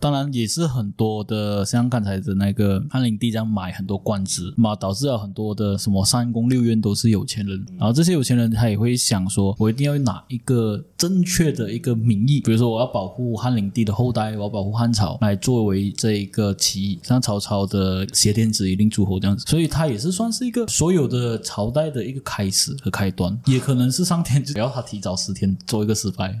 当然也是很多的，像刚才的那个汉灵帝这样买很多官职嘛，导致了很多的什么三宫六院都是有钱人，然后这些有钱人他也会想说，我一定要拿一个正确的一个名义，比如说我要保护汉灵帝的后代，我要保护汉朝，来作为这一个起义，像曹操的挟天子以令诸侯这样子，所以他也是算是一个所有的朝代的一个开始和开端，也可能是上天只要他提早十天做一个失败。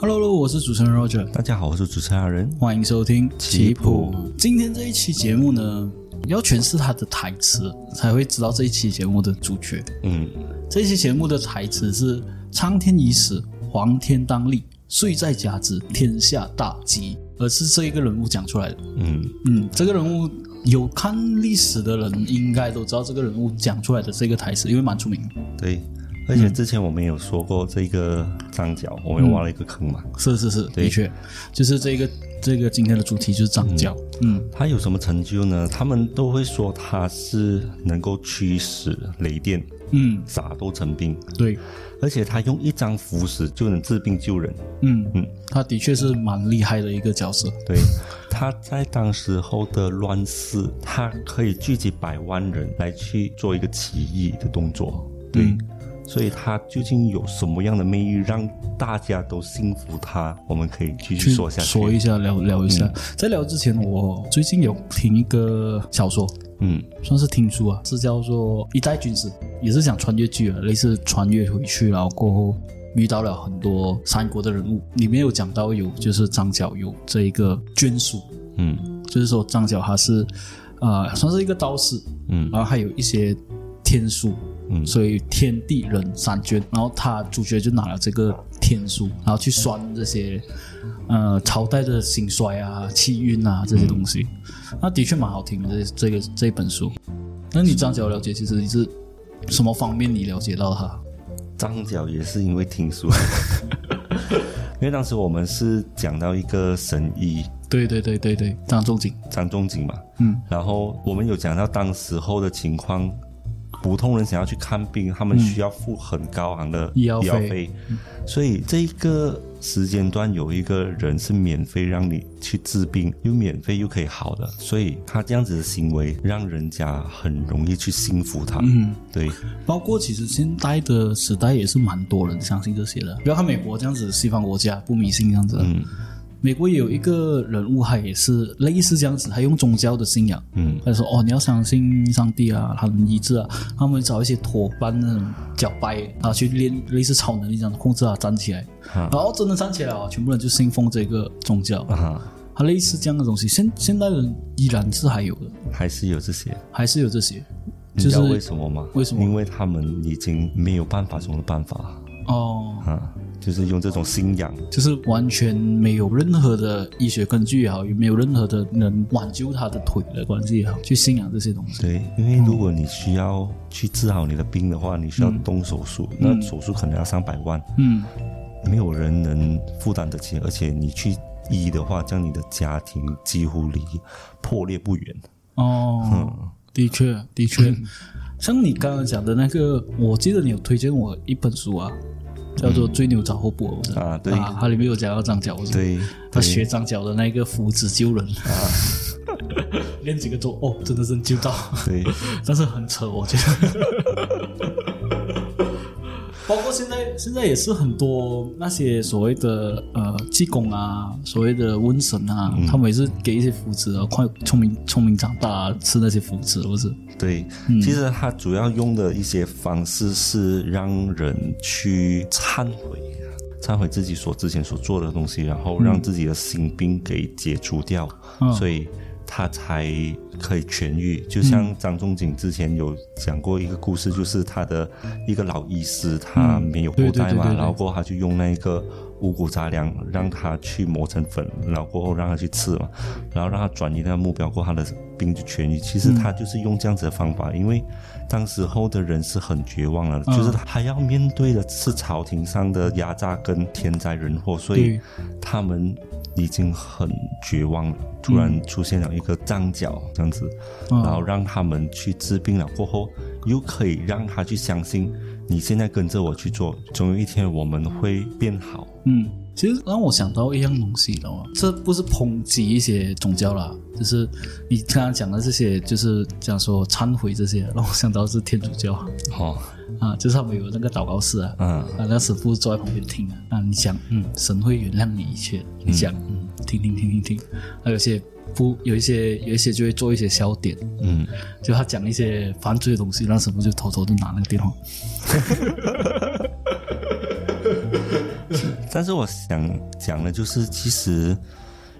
Hello，我是主持人 Roger，大家好，我是主持人阿仁。欢迎收听《棋谱》。今天这一期节目呢，要诠释他的台词，才会知道这一期节目的主角。嗯，这期节目的台词是“苍天已死，黄天当立，岁在甲子，天下大吉”，而是这一个人物讲出来的。嗯，嗯，这个人物有看历史的人应该都知道这个人物讲出来的这个台词，因为蛮出名的。对。而且之前我们有说过这个张角，我们挖了一个坑嘛。是是是，对的确，就是这个这个今天的主题就是长角。嗯他有什么成就呢？他们都会说他是能够驱使雷电，嗯，撒豆成兵，对，而且他用一张符纸就能治病救人。嗯嗯嗯，他的确是蛮厉害的一个角色。对， 他在当时候的乱世，他可以聚集百万人来去做一个起义的动作。对，所以他究竟有什么样的魅力，让大家都信服他？我们可以继续去说下去。嗯一下，聊聊一下。在聊之前，我最近有听一个小说，嗯算是听书啊，是叫做《一代军师》，也是讲穿越剧啊，类似穿越回去，然后过后遇到了很多三国的人物，里面有讲到有就是张角有这一个眷属，嗯就是说张角他是啊、呃算是一个道士，嗯然后还有一些天书，嗯所以天地人三卷，然后他主角就拿了这个天书，然后去算这些呃朝代的兴衰啊、气运啊这些东西，那的确蛮好听的这这个这本书。那你张角了解，其实你是什么方面你了解到他？张角也是因为听说， 因为当时我们是讲到一个神医对对对对对，张仲景，张仲景嘛，嗯，然后我们有讲到当时候的情况，普通人想要去看病，他们需要付很高昂的嗯医药医药费嗯费，所以这个时间段有一个人是免费让你去治病，又免费又可以好的，所以他这样子的行为让人家很容易去信服他。嗯，对，包括其实现代的时代也是蛮多人相信这些的。不要看美国这样子，西方国家不迷信这样子。嗯，美国也有一个人物，他也是类似这样子，他用宗教的信仰，嗯，他说哦，你要相信上帝啊，他能医治啊，他们找一些托班那种脚掰啊，去练类似超能力这样控制啊，站起来，然后真的站起来啊，全部人就信奉这个宗教，啊，他类似这样的东西，现现代人依然是还有的，还是有这些。还是有这些。你就知道是为什么吗？为什么因为他们已经没有办法中的办法哦，啊，就是用这种信仰就是完全没有任何的医学根据啊也好，也没有任何的能挽救他的腿的关系也好，去信仰这些东西。对，因为如果你需要去治好你的病的话，你需要动手术，那手术可能要上百万，嗯，没有人能负担得起。而且你去医的话，这样你的家庭几乎离破裂不远。嗯哦，的确，的确，像你刚刚讲的那个，我记得你有推荐我一本书啊，叫做《最牛找后补偶》的嗯啊对啊，它里面有讲到张角，我是对，他学张角的那个符纸救人啊，啊 练几个钟哦，真的是救到。对，但是很扯，我觉得。 包括现在，现在也是很多那些所谓的呃技工啊，所谓的瘟神啊，他们也是给一些福祉啊，快聪明聪明长大、啊、吃那些福祉，不是？对，嗯其实他主要用的一些方式是让人去忏悔，忏悔自己所之前所做的东西，然后让自己的心病给解除掉，嗯所以他才可以痊愈。就像张仲景之前有讲过一个故事，就是他的一个老医师，他没有后代嗯对对对嘛，对对然后过后他就用那个五谷杂粮，让它去磨成粉，然后过后让它去吃嘛，然后让它转移它的目标，过后它的病就痊愈。其实他就是用这样子的方法，因为当时候的人是很绝望了，就是他要面对的是朝廷上的压榨跟天灾人祸，所以对他们已经很绝望了。突然出现了一个脏脚这样子，嗯然后让他们去治病了过后，又可以让他去相信，你现在跟着我去做，总有一天我们会变好。嗯，其实让我想到一样东西，你知道吗？这不是抨击一些宗教啦，就是你刚刚讲的这些，就是讲说忏悔这些，让我想到是天主教哦，啊，就是他们有那个祷告室啊，嗯啊，那师傅坐在旁边听啊，啊，你想，嗯，神会原谅你一切，你想，嗯，听听听听听，啊还有一些不，有一些有一些就会做一些笑点，嗯，就他讲一些犯罪的东西，那神父就偷偷就拿那个电话，但是我想讲的就是，其实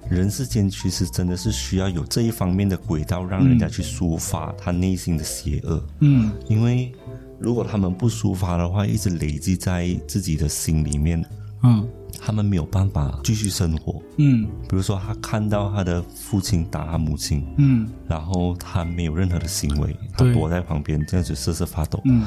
人世间其实真的是需要有这一方面的轨道，让人家去抒发他内心的邪恶。嗯，因为如果他们不抒发的话，一直累积在自己的心里面，嗯他们没有办法继续生活。嗯比如说，他看到他的父亲打他母亲，嗯然后他没有任何的行为，他对躲在旁边这样子瑟瑟发抖。嗯，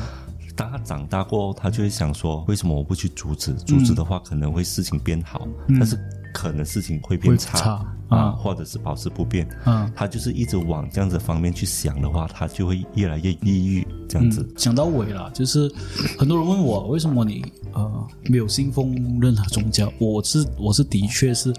当他长大过后，他就会想说，为什么我不去阻止？阻止的话，可能会事情变好，但是可能事情会变差嗯会差啊，啊或者是保持不变。啊他就是一直往这样子方面去想的话，他就会越来越抑郁，这样子。讲到尾了，就是很多人问我为什么你呃没有信奉任何宗教，我是我是的确是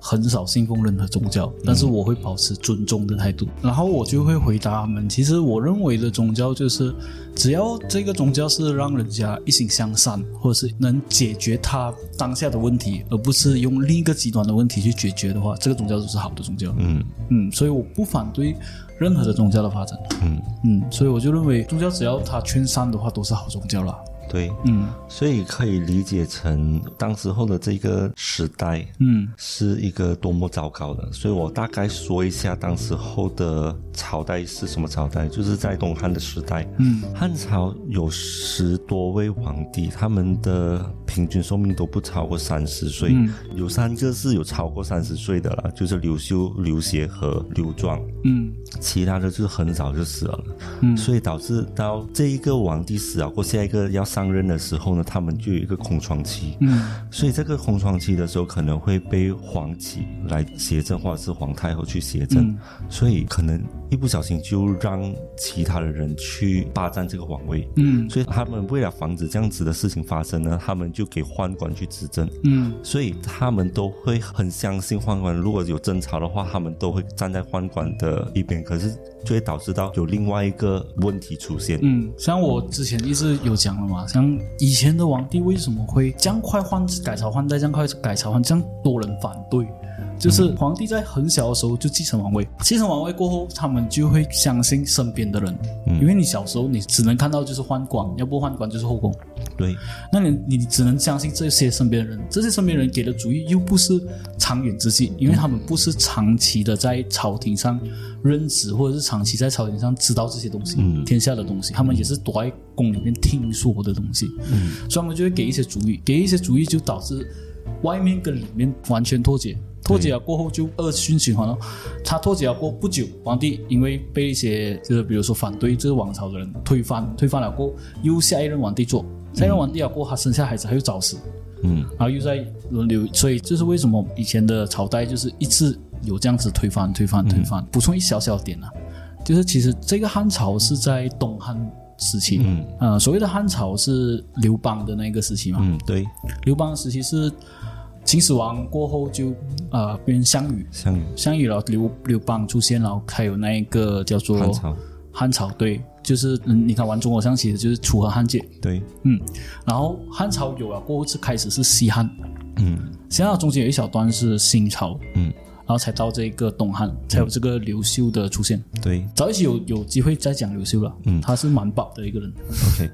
很少信奉任何宗教，但是我会保持尊重的态度，然后我就会回答他们，其实我认为的宗教就是只要这个宗教是让人家一心向善，或者是能解决他当下的问题，而不是用另一个极端的问题去解决的话，这个宗教就是好的宗教。嗯嗯，所以我不反对任何的宗教的发展。嗯，嗯，所以我就认为宗教只要它圈善的话，都是好宗教啦。对，嗯所以可以理解成当时候的这个时代，嗯是一个多么糟糕的。所以我大概说一下当时候的朝代是什么朝代，就是在东汉的时代。嗯，汉朝有十多位皇帝，他们的平均寿命都不超过三十岁，有三个是有超过三十岁的啦，就是刘秀、刘协和刘庄。嗯其他的就是很早就死了，嗯，所以导致到这一个皇帝死了过，下一个要上任的时候呢，他们就有一个空窗期，嗯，所以这个空窗期的时候，可能会被皇起来挟政，或者是皇太后去挟政，嗯所以可能一不小心就让其他的人去霸占这个皇位，嗯所以他们为了防止这样子的事情发生呢，他们就给宦官去执政，嗯所以他们都会很相信宦官。如果有争吵的话，他们都会站在宦官的一边，可是就会导致到有另外一个问题出现。嗯，像我之前一直有讲了嘛，像以前的皇帝为什么会这样快换改朝换代，这样快改朝换，这样多人反对？就是皇帝在很小的时候就继承王位，继承王位过后，他们就会相信身边的人，因为你小时候你只能看到就是宦官，要不宦官就是后宫，对，那你你只能相信这些身边的人，这些身边人给的主意又不是长远之计，因为他们不是长期的在朝廷上任职，或者是长期在朝廷上知道这些东西，天下的东西，他们也是躲在宫里面听说的东西，所以他们就会给一些主意，给一些主意就导致外面跟里面完全脱节。脱节了过后就恶性循环了。他脱节了过后不久，皇帝因为被一些就是比如说反对这个王朝的人推翻，推翻了过后又下一任皇帝做，下一任皇帝了过后他生下孩子他又早死，嗯，然后又在轮流，所以这是为什么以前的朝代就是一直有这样子推翻、推翻、推翻。补充一小小点啊，就是其实这个汉朝是在东汉时期，嗯，呃，所谓的汉朝是刘邦的那个时期嘛，嗯，对，刘邦时期是秦始皇过后就呃变项羽，项羽，项羽了刘刘邦出现，然后还有那一个叫做汉朝，汉朝对，就是嗯，你看玩中国象棋的就是楚河汉界，对，嗯，然后汉朝有了过后是开始是西汉，嗯西汉中间有一小段是新朝，嗯，然后才到这个东汉，才有这个刘秀的出现。对早一期有有机会再讲刘秀了，嗯，他是蛮宝的一个人， ，OK。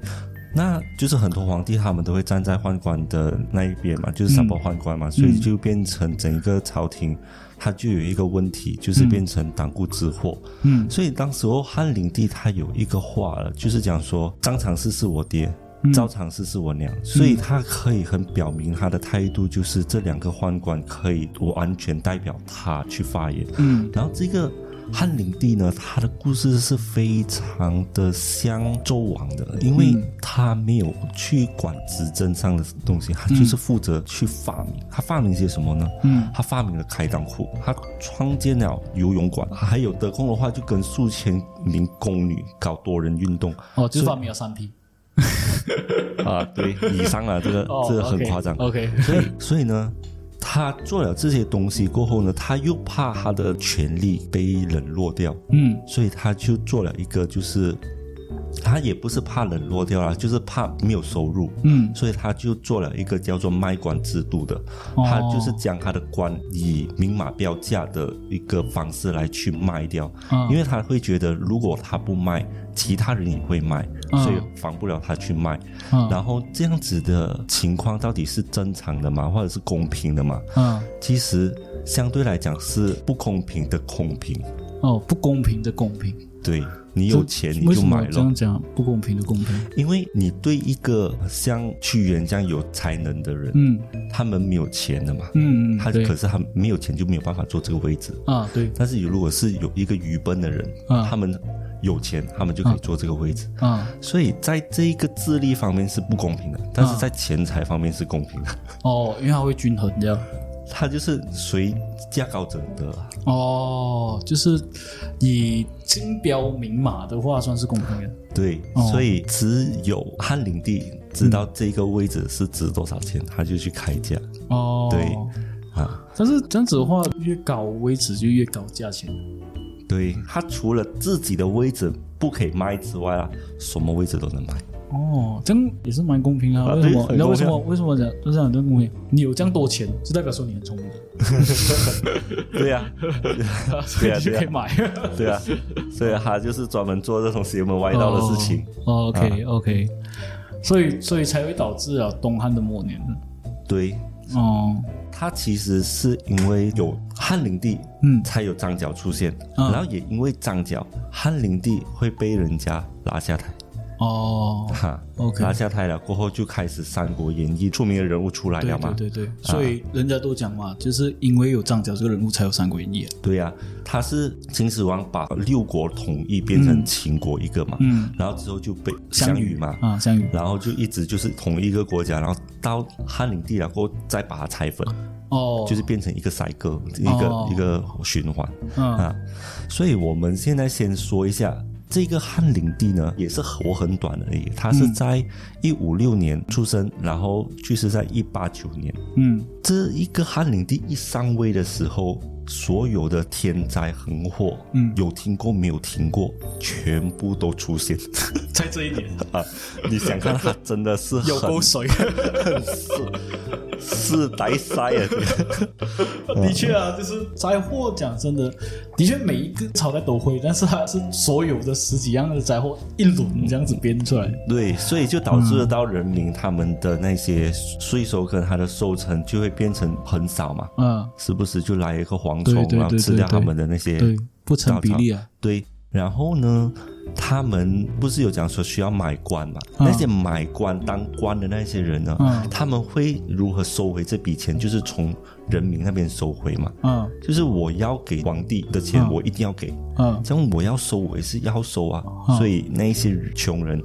那就是很多皇帝他们都会站在宦官的那一边嘛，就是三宝宦官嘛，所以就变成整一个朝廷，它就有一个问题，就是变成党锢之祸。嗯所以当时候汉灵帝他有一个话了，就是讲说张常侍是我爹，赵长是是我娘，所以他可以很表明他的态度，就是这两个宦官可以完全代表他去发言。嗯，然后这个。汉灵帝呢，他的故事是非常的像纣王的，因为嗯他没有去管执政上的东西，他就是负责去发明。他发明些什么呢？嗯，他发明了开裆裤，他创建了游泳馆，还有得空的话就跟数千名宫女搞多人运动。哦，就是发明了三 P，啊，对，以上啊，这个、 哦这个很夸张。 OK，所以所以呢，他做了这些东西过后呢，他又怕他的权力被冷落掉，嗯所以他就做了一个，就是他也不是怕冷落掉了，就是怕没有收入。嗯所以他就做了一个叫做卖官制度的，哦他就是将他的官以明码标价的一个方式来去卖掉，嗯因为他会觉得如果他不卖，其他人也会卖，嗯所以防不了他去卖。嗯然后这样子的情况到底是正常的吗？或者是公平的吗？嗯，其实相对来讲是不公平的公平。哦，不公平的公平，对你有钱你为就什么买这了，样讲不公平的公平？因为你对一个像屈原这样有才能的人，嗯他们没有钱的嘛，嗯嗯，他对可是他没有钱就没有办法坐这个位置。啊，对但是如果是有一个愚笨的人，嗯他们有钱，他们就可以坐这个位置。啊，所以在这一个智力方面是不公平的，但是嗯在钱财方面是公平的。哦，因为它会均衡掉。他就是谁价高者得啊。哦，就是以金标明码的话，算是公平的。对，哦所以只有汉灵帝知道这个位置是值多少钱，他就去开价哦，对啊。但是这样子的话，越高位置就越高价钱。对嗯他除了自己的位置不可以卖之外啊，什么位置都能卖。哦，这样也是蛮公平啊。啊为什么？对你知道为什么？很为什么讲就是讲这样公平？你有这样多钱，就代表说你很聪 明，对呀、所以你就对啊可以买。啊，对啊，所以他就是专门做这种邪门歪道的事情。啊哦。OK OK，所以所以才会导致了东汉的末年。对，哦，他其实是因为有汉灵帝，嗯才有张角出现，嗯然后也因为张角，汉灵帝会被人家拉下台。哦，哈 OK 拿下台了过后，就开始《三国演义》著名的人物出来对了啊嘛？对对对，所以人家都讲嘛，就是因为有张角这个人物，才有《三国演义》啊。对呀、他是秦始皇把六国统一变成秦国一个嘛，嗯，然后之后就被项项羽羽嘛，啊，项羽。然后就一直就是统一一个国家，然后到汉灵帝了过后再把它拆分，哦，就是变成一个赛歌，一个、哦一个循环。嗯啊，所以我们现在先说一下这个汉灵帝呢，也是活很短而已，他嗯是在一五六年出生，然后去世在一八九年。嗯这一个汉灵帝一上位的时候，所有的天灾横祸，嗯有听过没有听过，全部都出现 在这一点啊！你想看他真的是有很沟 水，是是呆塞啊！ 的确啊，就是灾祸。讲真的，的确每一个朝代都会，但是它是所有的十几样的灾祸一轮这样子编出来。对，所以就导致了到人民他们的那些税收跟他的收成就会变成很少嘛，嗯，时不时就来一个蝗对虫，对然后对吃对掉他对们的那些对，不成比例啊。对，然后呢，他们不是有讲说需要买官嘛？嗯那些买官当官的那些人呢，嗯他们会如何收回这笔钱？就是从人民那边收回嘛。嗯就是我要给皇帝的钱，嗯我一定要给，嗯这样我要收我也是要收啊。嗯所以那一些穷人，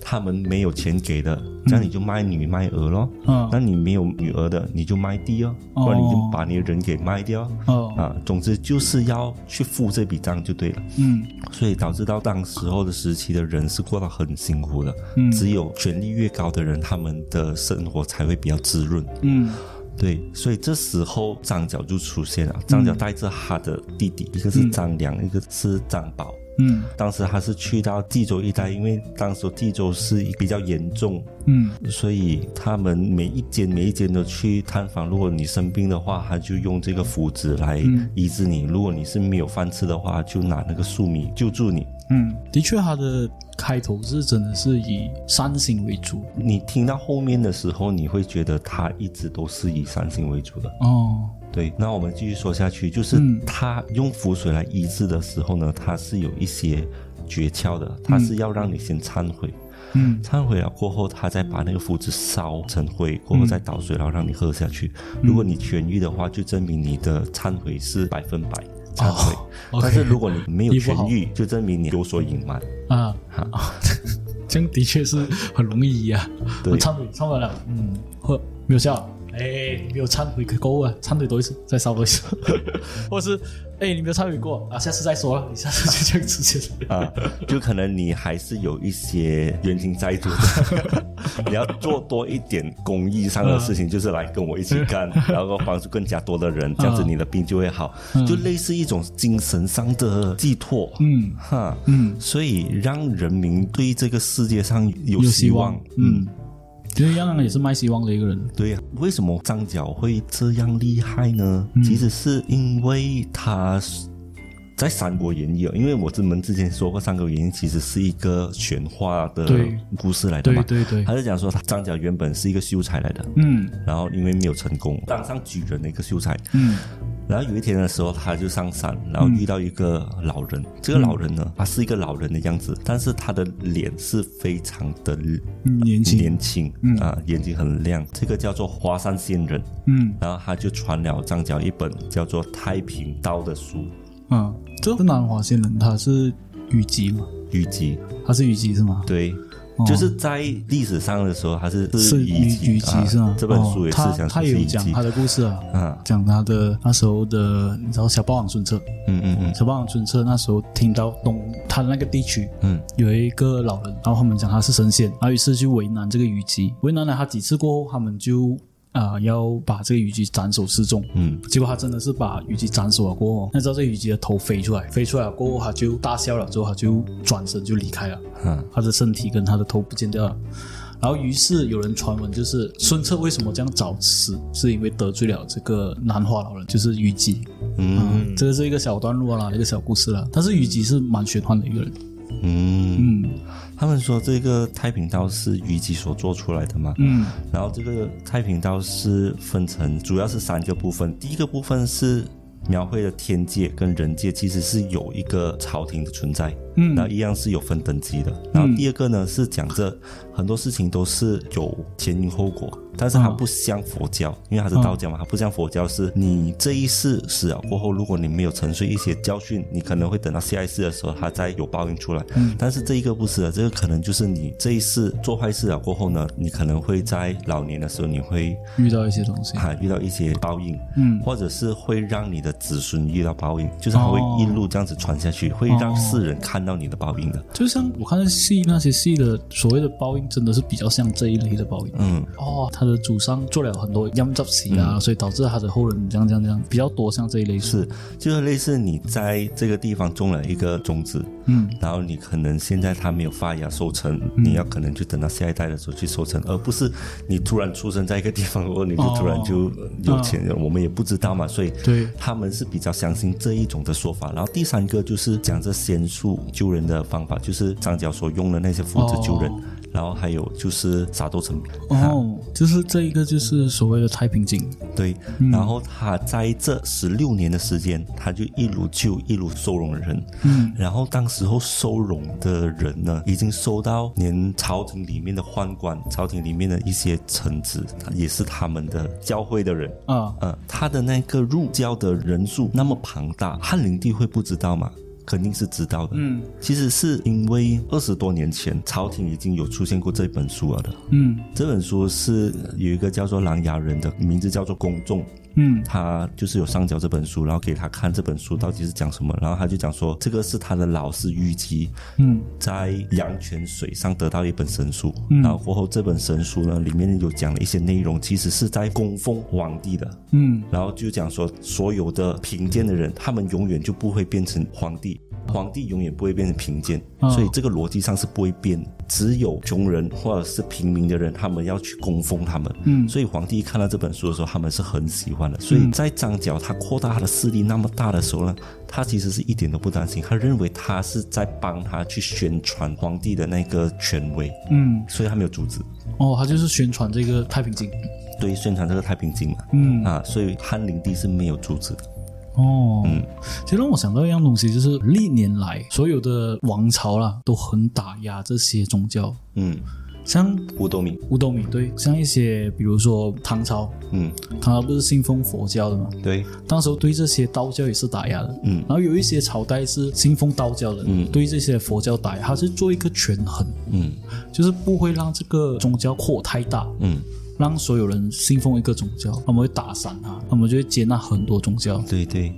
他们没有钱给的，这样你就卖女卖儿咯。嗯那你没有女儿的，你就卖地哦，哦不然你就把你的人给卖掉。哦啊，总之就是要去付这笔账就对了。嗯所以导致到当时候的时期的人是过得很辛苦的。嗯只有权力越高的人，他们的生活才会比较滋润。嗯对，所以这时候张角就出现了。张角带着他的弟弟，一个是张良，一个是张宝。嗯当时他是去到冀州一带，因为当时冀州是比较严重，嗯所以他们每一间每一间都去探访。如果你生病的话，他就用这个符纸来嗯医治你；如果你是没有饭吃的话，就拿那个粟米救助你。嗯，的确，它的开头是真的是以三星为主。你听到后面的时候，你会觉得他一直都是以三星为主的。哦，对，那我们继续说下去，就是嗯他用符水来医治的时候呢，他是有一些诀窍的，他是要让你先忏悔，嗯忏悔了过后，他再把那个符纸烧成灰，过后再倒水，然后让你喝下去。如果你痊愈的话，就证明你的忏悔是百分百忏悔。哦 OK 但是如果你没有医不好痊 愈，就证明你有所隐瞒。啊， 这样的确是很容易移啊。对我忏悔，忏悔了，嗯，呵，没有效。哎，你没有忏悔够啊，忏悔多一次，再烧多一次， 或者是哎，你没有忏悔过啊，下次再说了，你下次就这样直接。啊，就可能你还是有一些冤亲债主 的，你要做多一点公益上的事情，就是来跟我一起干，然后帮助更加多的人，这样子你的病就会好，就类似一种精神上的寄托，嗯哈，嗯，所以让人民对这个世界上 有有希希望望，嗯，其实杨洋也是卖希望的一个人。对呀、为什么张角会这样厉害呢？嗯其实是因为他是在《三国演义》哦，因为我之门之前说过，《三国演义》其实是一个玄化的对故事来的对嘛。对对，他是讲说，他张角原本是一个秀才来的，嗯然后因为没有成功，当上举人的一个秀才。嗯然后有一天的时候，他就上山，然后遇到一个老嗯人。这个老人呢，他是一个老人的样子，但是他的脸是非常的嗯年轻年轻，啊，眼睛很亮。这个叫做华山仙人。嗯然后他就传了张角一本叫做《太平道》的书，啊，这个南华仙人他是虞姬嘛？虞姬。他是虞姬是吗？对，哦就是在历史上的时候，他是是虞虞姬虞姬啊是吗？这本书也是哦他讲他说也是有虞讲姬他。的故事啊，啊，讲他的那时候的，你知道小霸王孙策，嗯嗯嗯小霸王孙策那时候听到东他的那个地区嗯有一个老人，然后他们讲他是神仙，然后于是去为难这个虞姬，为难了他几次过后，他们就啊、呃要把这个虞姬斩首示众。嗯，结果他真的是把虞姬斩首了啊过后，那知道这虞姬的头飞出来，飞出来了过后，他就大笑了，之后他就转身就离开了。啊他的身体跟他的头不见掉了。然后，于是有人传闻，就是孙策为什么这样早死，是因为得罪了这个南华老人，就是虞姬。啊嗯这个是一个小段落啦，一个小故事啦。但是虞姬是蛮玄幻的一个人。嗯，嗯他们说这个太平道是虞姬所做出来的嘛，嗯然后这个太平道是分成主要是三个部分，第一个部分是描绘了天界跟人界其实是有一个朝廷的存在，嗯然后一样是有分等级的。然后第二个呢是讲着很多事情都是有前因后果，但是它嗯不像佛教，因为它是道教嘛，它不像佛教是你这一世死了过后，如果你没有沉睡一些教训，你可能会等到下一世的时候它再有报应出来。嗯但是这一个不是的，这个可能就是你这一世做坏事了过后呢，你可能会在老年的时候你会遇到一些东西。啊遇到一些报应，嗯或者是会让你的子孙遇到报应，就是它会哦一路这样子传下去，会让世人看到你的报应的。就像我看戏那些戏的所谓的报应，真的是比较像这一类的报应。嗯，哦，他的祖上做了很多阴杂事啊，所以导致他的后人这样这样这样，比较多像这一类事。是，就是类似你在这个地方种了一个种子，嗯，然后你可能现在它没有发芽收成，你要可能就等到下一代的时候去收成，而不是你突然出生在一个地方，然后你就突然就有钱人，我们也不知道嘛，所以哦嗯对他们是比较相信这一种的说法。然后第三个就是讲这仙术救人的方法，就是张角所用的那些符纸救人，哦然后还有就是撒豆成兵。哦，就是这一个就是所谓的太平经。对，然后他在这十六年的时间，他就一路救一路收容人。嗯，然后当时候收容的人呢，已经收到连朝廷里面的宦官、朝廷里面的一些臣子，他也是他们的教会的人。啊，呃，他的那个入教的人数那么庞大，汉灵帝会不知道吗？肯定是知道的。嗯，其实是因为二十多年前朝廷已经有出现过这本书了的。嗯这本书是有一个叫做琅琊人的，名字叫做公仲，嗯他就是有上缴这本书，然后给他看这本书到底是讲什么，然后他就讲说，这个是他的老师虞姬嗯在阳泉水上得到一本神书，然后过后这本神书呢里面有讲了一些内容，其实是在供奉皇帝的，嗯然后就讲说，所有的贫贱的人，他们永远就不会变成皇帝，皇帝永远不会变成贫贱，嗯所以这个逻辑上是不会变的。只有穷人或者是平民的人，他们要去供奉他们。嗯所以皇帝看到这本书的时候，他们是很喜欢的。所以在张角他扩大他的势力那么大的时候呢，他其实是一点都不担心，他认为他是在帮他去宣传皇帝的那个权威，嗯，所以他没有阻止。哦，他就是宣传这个太平经。对，宣传这个太平经嘛，嗯啊，所以汉灵帝是没有阻止的。哦，嗯，其实让我想到一样东西，就是历年来所有的王朝啦，都很打压这些宗教，嗯，像五斗米，五斗米对，像一些比如说唐朝，嗯，唐朝不是信奉佛教的嘛，对，当时候对这些道教也是打压的，嗯然后有一些朝代是信奉道教的，嗯对这些佛教打压，它是做一个权衡，嗯就是不会让这个宗教扩太大，嗯，让所有人信奉一个宗教，他们会打散它，他们就会接纳很多宗教，对对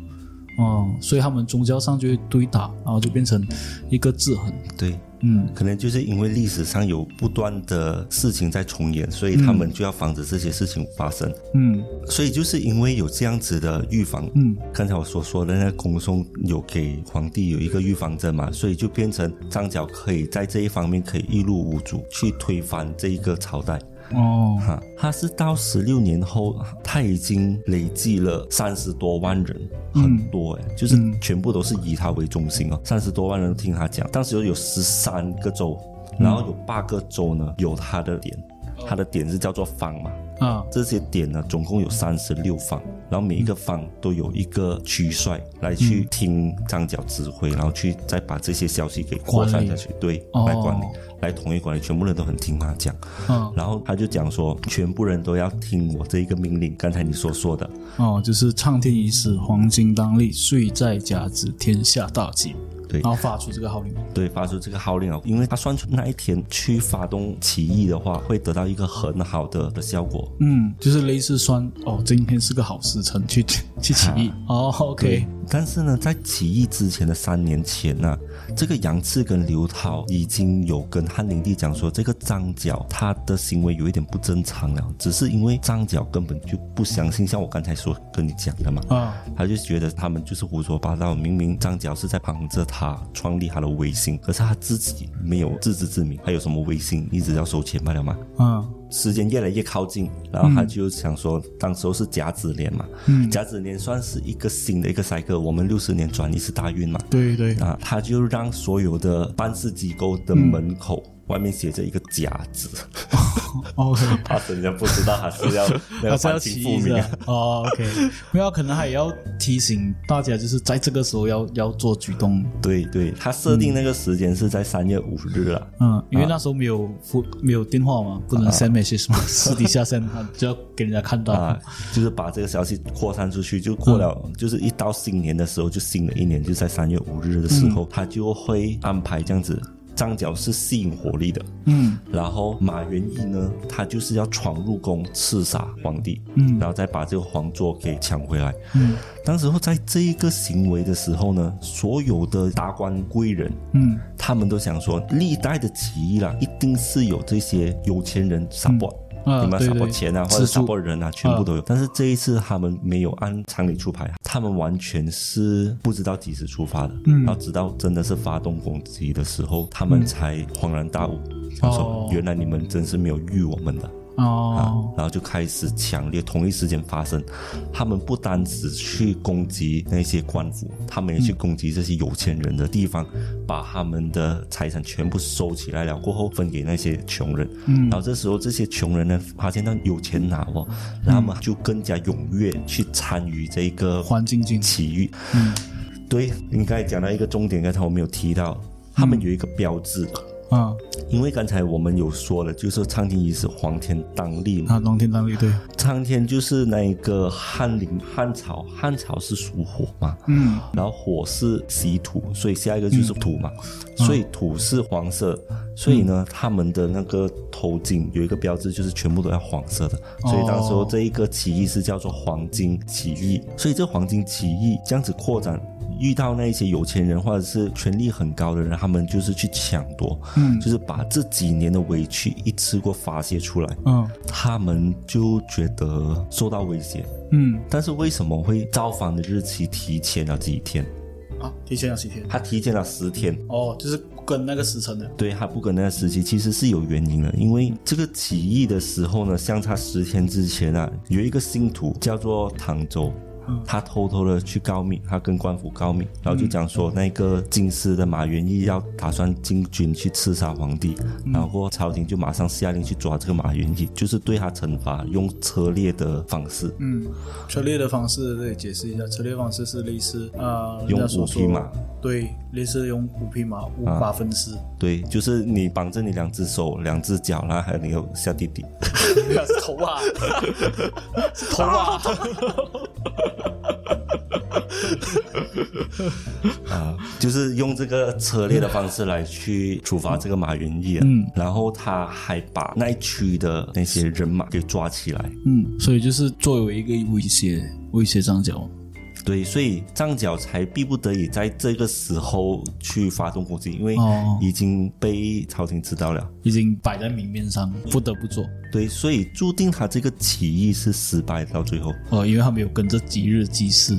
哦、所以他们宗教上就会对打，然后就变成一个制衡，对，嗯，可能就是因为历史上有不断的事情在重演，所以他们就要防止这些事情发生。嗯所以就是因为有这样子的预防，嗯，刚才我所说的那个公孙有给皇帝有一个预防针嘛，所以就变成张角可以在这一方面可以一路无阻去推翻这一个朝代。哦，哈，他是到十六年后，他已经累计了三十多万人，很多哎、就是全部都是以他为中心哦，三十多万人听他讲。当时有十三个州，然后有八个州呢有他的点，他的点是叫做方嘛。啊，这些点呢，总共有三十六方，然后每一个方都有一个区帅来去听张角指挥，然后去再把这些消息给扩散下去，对，哦来管理，来统一管理，全部人都很听他讲。啊，然后他就讲说，全部人都要听我这一个命令。刚才你所说的，哦，就是苍天已死，黄金当立，岁在甲子，天下大吉。对然后发出这个号令。对，发出这个号令啊，因为他算出那一天去发动起义的话，会得到一个很好的的效果。嗯，就是类似算哦，今天是个好时辰去去起义。哦，OK，但是呢，在起义之前的三年前呢、这个杨志跟刘涛已经有跟汉灵帝讲说，这个张角他的行为有一点不正常了，只是因为张角根本就不相信，像我刚才所跟你讲的嘛，啊，他就觉得他们就是胡说八道，明明张角是在帮着他创立他的威信，可是他自己没有自知之明，还有什么威信，一直要收钱罢了嘛。嗯，时间越来越靠近，然后他就想说，当时候是甲子年嘛，甲子年算是一个新的一个 cycle，我们六十年转一次大运嘛，对对，啊，他就让所有的办事机构的门口、外面写着一个甲字， ，OK，怕死人家不知道他是要还是那个要反起清义复是明吧啊，哦，OK，没有，可能还要提醒大家，就是在这个时候要要做举动。对对，他设定那个时间是在三月五日了。嗯，因为那时候没有付没有电话嘛，不能 send message 嘛，私底下 send 他就要给人家看到。啊， 就是把这个消息扩散出去，就过了，嗯就是一到新年的时候，就新的一年就在三月五日的时候，他就会安排这样子。张角是吸引火力的，嗯，然后马元义呢，他就是要闯入宫刺杀皇帝，嗯然后再把这个皇座给抢回来，嗯，当时候在这一个行为的时候呢，所有的达官贵人，嗯，他们都想说，历代的起义啦，一定是有这些有钱人 support，、啊你们对对 support 钱啊，或者资助 support 人啊，全部都有。但是这一次他们没有按常理出牌，他们完全是不知道几时出发的，然后直到真的是发动攻击的时候，他们才恍然大悟，想哦说原来你们真是没有预我们的。哦，然后就开始强烈同一时间发生。他们不单只去攻击那些官府，他们也去攻击这些有钱人的地方，把他们的财产全部收起来了，过后分给那些穷人。嗯然后这时候这些穷人呢，发现到有钱拿哦，然后他们就更加踊跃去参与这一个环境经济，奇遇。嗯，对，你刚才讲到一个重点，刚才我没有提到，他们有一个标志。嗯，因为刚才我们有说了，就是苍天已死，黄天当立嘛。啊，当天当立对，苍天就是那一个汉灵汉朝，汉朝是属火嘛，嗯，然后火是喜土，所以下一个就是土嘛，所以土是黄色，所以呢，他们的那个头巾有一个标志，就是全部都要黄色的，所以当时候这一个起义是叫做黄金起义，所以这黄金起义这样子扩展。遇到那一些有钱人或者是权力很高的人，他们就是去抢夺，嗯，就是把这几年的委屈一次过发泄出来，嗯他们就觉得受到威胁。嗯，但是为什么会造访的日期提前了几天？啊，提前了几天。他提前了十天，哦，就是跟那个时辰的。对他不跟那个时期其实是有原因的，因为这个起义的时候呢，相差十天之前啊，有一个信徒叫做唐周，他偷偷的去告密，他跟官府告密，然后就讲说那个京师的马元义要打算进军去刺杀皇帝，然后朝廷就马上下令去抓这个马元义，就是对他惩罚，用车裂的方式，嗯，策略的方式对解释一下，策略方式是类似呃，用人家所五匹说马，对，类似用五匹马五马分尸，对，就是你绑着你两只手、两只脚，然后还有你有下弟弟，那 是头啊， 是头啊，就是用这个车裂的方式来去处罚这个马元义、啊，嗯，然后他还把那一区的那些人马给抓起来，嗯，所以就是作为一个威胁，威胁张角，对，所以张角才逼不得已在这个时候去发动攻击，因为哦已经被朝廷知道了。已经摆在明面上，不得不做。对，所以注定他这个起义是失败到最后，哦，因为他没有跟着吉日祭 祀。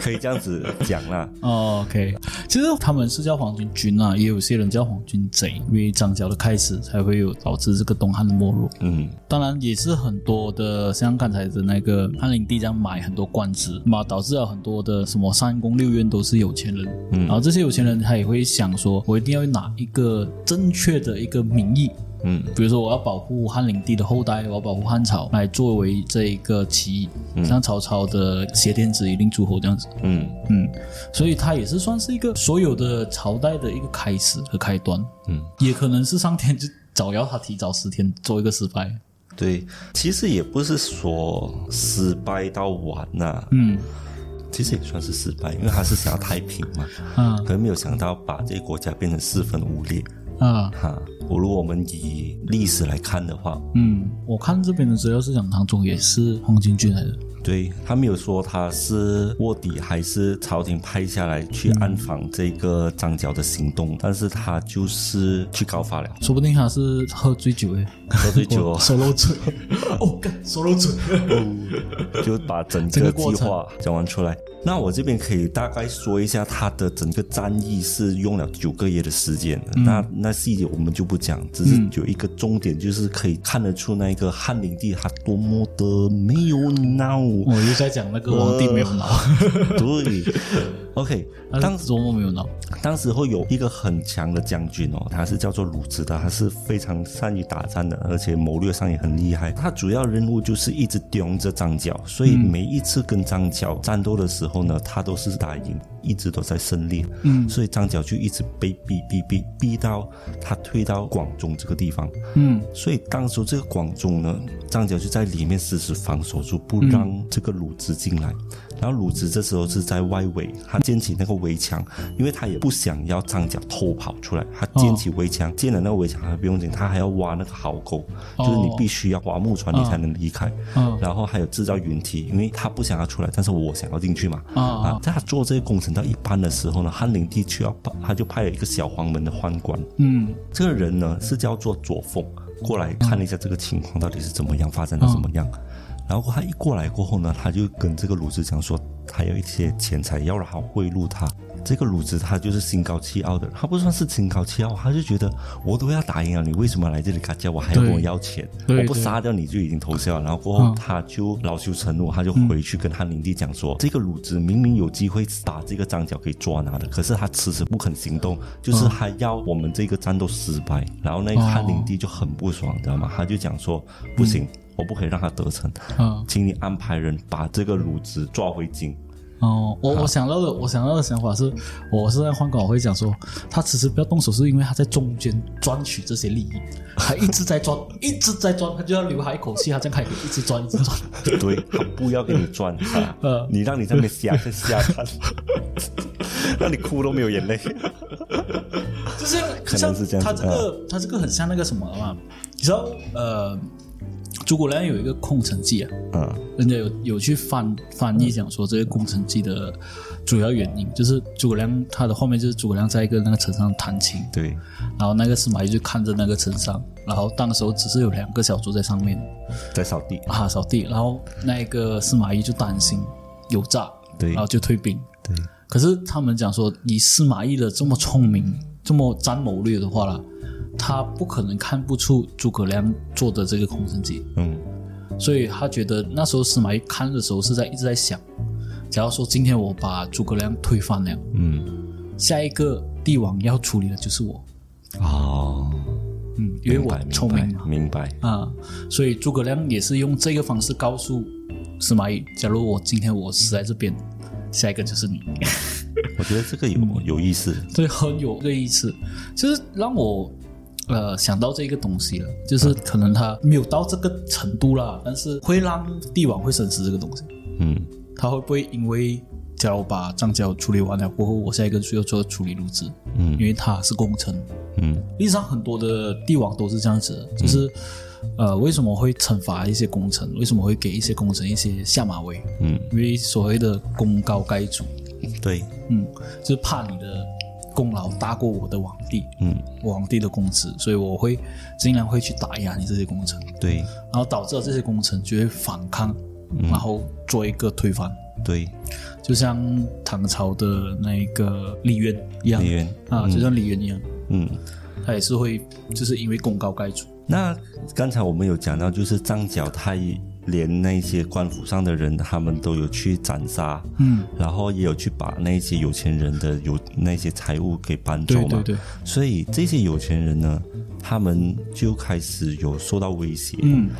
可以这样子讲啦。哦，OK，其实他们是叫黄巾军啊，也有些人叫黄巾贼，因为张角的开始才会有导致这个东汉的没落。嗯，当然也是很多的，像刚才的那个汉灵帝这样买很多官职嘛，导致了很多的什么三宫六院都是有钱人，嗯、然后这些有钱人他也会想说，我一定要拿一个正确的一个名义。嗯，比如说我要保护汉灵帝的后代，我要保护汉朝，来作为这一个起义，像曹操的挟天子以令诸侯这样子。嗯嗯，所以它也是算是一个所有的朝代的一个开始和开端。嗯，也可能是上天就早要他提早十天做一个失败。对，其实也不是说失败到完呐、嗯其实也算是失败，因为他是想要太平嘛，啊可能没有想到把这个国家变成四分五裂。啊哈，我如果我们以历史来看的话，嗯，我看这边的资料是讲唐宗也是黄巾军来的。对他没有说他是卧底还是朝廷派下来去暗访这个张角的行动，但是他就是去告发了，说不定他是喝醉酒诶，喝醉酒啊手漏嘴，哦， 干手漏嘴， 就把整整个个过计程划讲完出来。那我这边可以大概说一下他的整个战役是用了九个月的时间的，嗯那那细节我们就不讲，只是有一个重点就是可以看得出那个汉灵帝他多么的没有脑。我又在讲那个皇帝没有脑，呃对，OK，当当时琢磨没有脑。当时会有一个很强的将军哦，他是叫做鲁智的，他是非常善于打仗的，而且谋略上也很厉害。他主要任务就是一直盯着张角，所以每一次跟张角战斗的时候呢，他都是打赢，一直都在胜利。嗯，所以张角就一直被逼逼逼逼到他退到广州这个地方。嗯所以当时这个广州呢，张角就在里面死死防守住，不让这个鲁智进来。然后鲁智这时候是在外围，他建起那个围墙，因为他也不想要张角偷跑出来，他建起围墙，建了那个围墙还不用紧，他还要挖那个壕沟，就是你哦必须要划木船你才能离开。嗯然后还有制造云梯，因为他不想要出来，但是我想要进去嘛。啊啊，在他做这个工程到一半的时候呢，汉灵帝却要派他就派了一个小黄门的宦官，嗯这个人呢是叫做左凤，过来看了一下这个情况到底是怎么样，发展到怎么嗯样。然后他一过来过后呢，他就跟这个鲁智讲说，他有一些钱财要让他贿赂他。这个鲁智他就是心高气傲的，他不算是心高气傲，他就觉得我都要打赢了，你为什么来这里干架？我还要对跟我要钱，对我不对杀掉你就已经投降了。然后过后嗯他就恼羞成怒，他就回去跟汉灵帝讲说，这个鲁智明明有机会把这个张角给抓拿的，可是他迟迟不肯行动，就是他要我们这个战斗失败。然后那个哦汉灵帝就很不爽，知道吗？他就讲说，不行，我不可以让他得逞，啊请你安排人把这个鲁智抓回京。哦，我我想到的，我想到的想法是，我是在换稿会讲说，他其实不要动手，是因为他在中间赚取这些利益，他一直在赚， 一直在赚，他就要留下一口气，他这样还可以一直赚，一直赚。对，他不要给你赚，啊嗯你让你在那边瞎在瞎看，让你哭都没有眼泪。就像可能是这样子啊他这个他这个很像那个什么嘛，你知道呃，诸葛亮有一个《空城计》啊，嗯人家有有去翻翻译讲说这个《空城计》的主要原因，就是诸葛亮他的后面就是诸葛亮在一个那个城上弹琴，对，然后那个司马懿就看着那个城上，然后当时候只是有两个小卒在上面在扫地。啊扫地，然后那个司马懿就担心有诈，对然后就退兵。对，可是他们讲说，以司马懿的这么聪明、这么沾谋略的话啦，他不可能看不出诸葛亮做的这个空城计。嗯所以他觉得那时候司马懿看的时候是在一直在想，假如说今天我把诸葛亮推翻了，嗯，下一个帝王要处理的就是我，哦，嗯，因为明我白聪明嘛，明白，明白啊、所以诸葛亮也是用这个方式告诉司马懿，假如我今天我死在这边，下一个就是你。我觉得这个有嗯有意思，对，很有这意思。其实让我呃想到这个东西了，就是可能他没有到这个程度啦，但是会让帝王会审视这个东西，嗯，他会不会因为假如把账交处理完了过后，我下一个就要做处理入职，嗯因为他是功臣。嗯历史上很多的帝王都是这样子的，就是。呃，为什么会惩罚一些功臣？为什么会给一些功臣一些下马威？嗯，因为所谓的功高盖主，对，嗯，就是怕你的功劳大过我的皇帝，嗯我皇帝的工资，所以我会尽量会去打压你这些工程，对然后导致了这些工程就会反抗，嗯然后做一个推翻，对，就像唐朝的那个李渊一样李渊啊，就像李渊一样，嗯。他也是会就是因为功高盖主，那刚才我们有讲到，就是张角他连那些官府上的人，他们都有去斩杀，嗯，然后也有去把那些有钱人的有那些财物给搬走对嘛，对对，所以这些有钱人呢，他们就开始有受到威胁。嗯，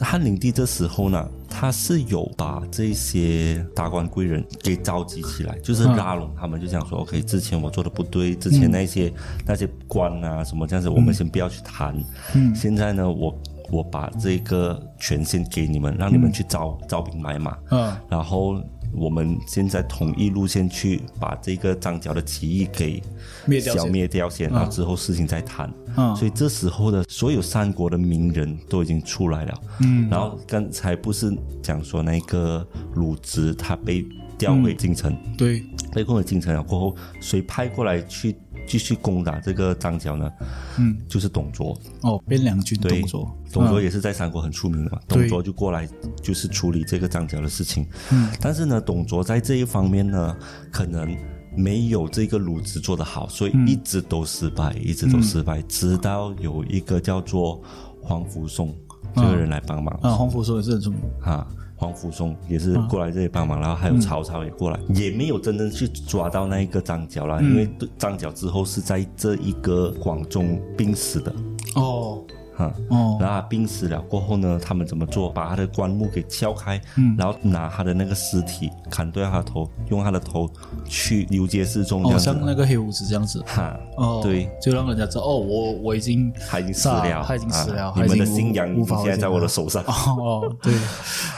汉灵帝这时候呢，他是有把这些达官贵人给召集起来，就是嗯拉拢他们，就想说、o k 之前我做的不对，之前那些、那些官啊什么这样子，我们先不要去谈。嗯，现在呢，我我把这个权限给你们，让你嗯们去招、招兵买马。啊，然后我们现在统一路线去把这个张角的起义给灭掉先消灭掉先，然后之后事情再谈。嗯所以这时候的所有三国的名人都已经出来了。嗯，然后刚才不是讲说那个鲁直他被调回京城，对，被困回京城了过后，谁派过来去继续攻打这个张角呢？嗯，就是董卓。哦，边两军对董卓，董卓啊也是在三国很出名的嘛，对董卓就过来就是处理这个张角的事情。嗯，但是呢，董卓在这一方面呢，可能没有这个鲁直做得好，所以嗯一直都失败，一直都失败，直到有一个叫做黄甫松这个人来帮忙啊，黄甫说也是很出名，啊。黄甫松也是过来这里帮嗯忙，然后还有曹操也过来，也没有真正去抓到那一个张角啦，因为张角之后是在这一个广州病死的，哦哈，哦，然后他病死了过后呢，他们怎么做？把他的棺木给撬开，嗯然后拿他的那个尸体砍断他的头，用他的头去游街示众这哦，样子。像那个黑胡子这样子，哈，哦，对，就让人家知道哦，我我已经他已经死杀了，他已经死了，啊他你已们的经无信仰无已法经回现在在天我了的手上， 哦， 对，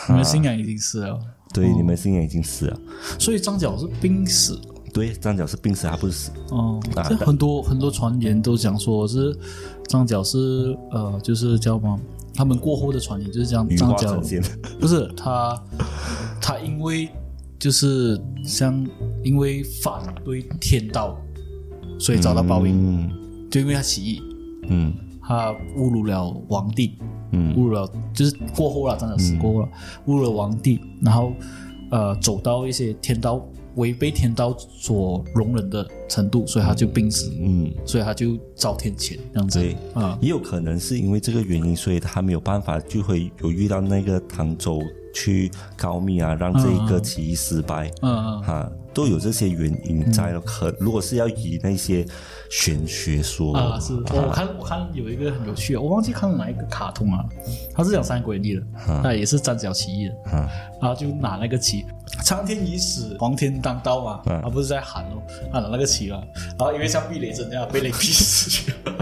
你们信仰已经死了，对，你们信仰已经死了。所以张角是病死。对，张角是病死，他不是死。哦，啊这很多很多传言都讲说是张角是呃，就是叫什么？他们过后的传言就是讲羽张化角成仙，不是他，他因为就是像因为反对天道，所以遭到报应，嗯就因为他起义，嗯他侮辱了皇帝，嗯侮辱了就是过后了，张角死过后了，侮辱了皇帝，然后呃走到一些天道违背天道所容忍的程度，所以他就病死，嗯，所以他就遭天谴这样子对。啊，也有可能是因为这个原因，所以他没有办法就会有遇到那个唐周去告密啊，让这一个起义失败。嗯哈、都有这些原因在了。可如果是要以那些玄学说，嗯啊是，我我看我看有一个很有趣的，我忘记看了哪一个卡通啊，他是讲三国演义的，那也是张角起义的，啊然后就拿那个旗，苍天已死，黄天当道嘛，他、不是在喊哦，他拿那个旗嘛，然后因为像避雷针那样被雷劈死去 了。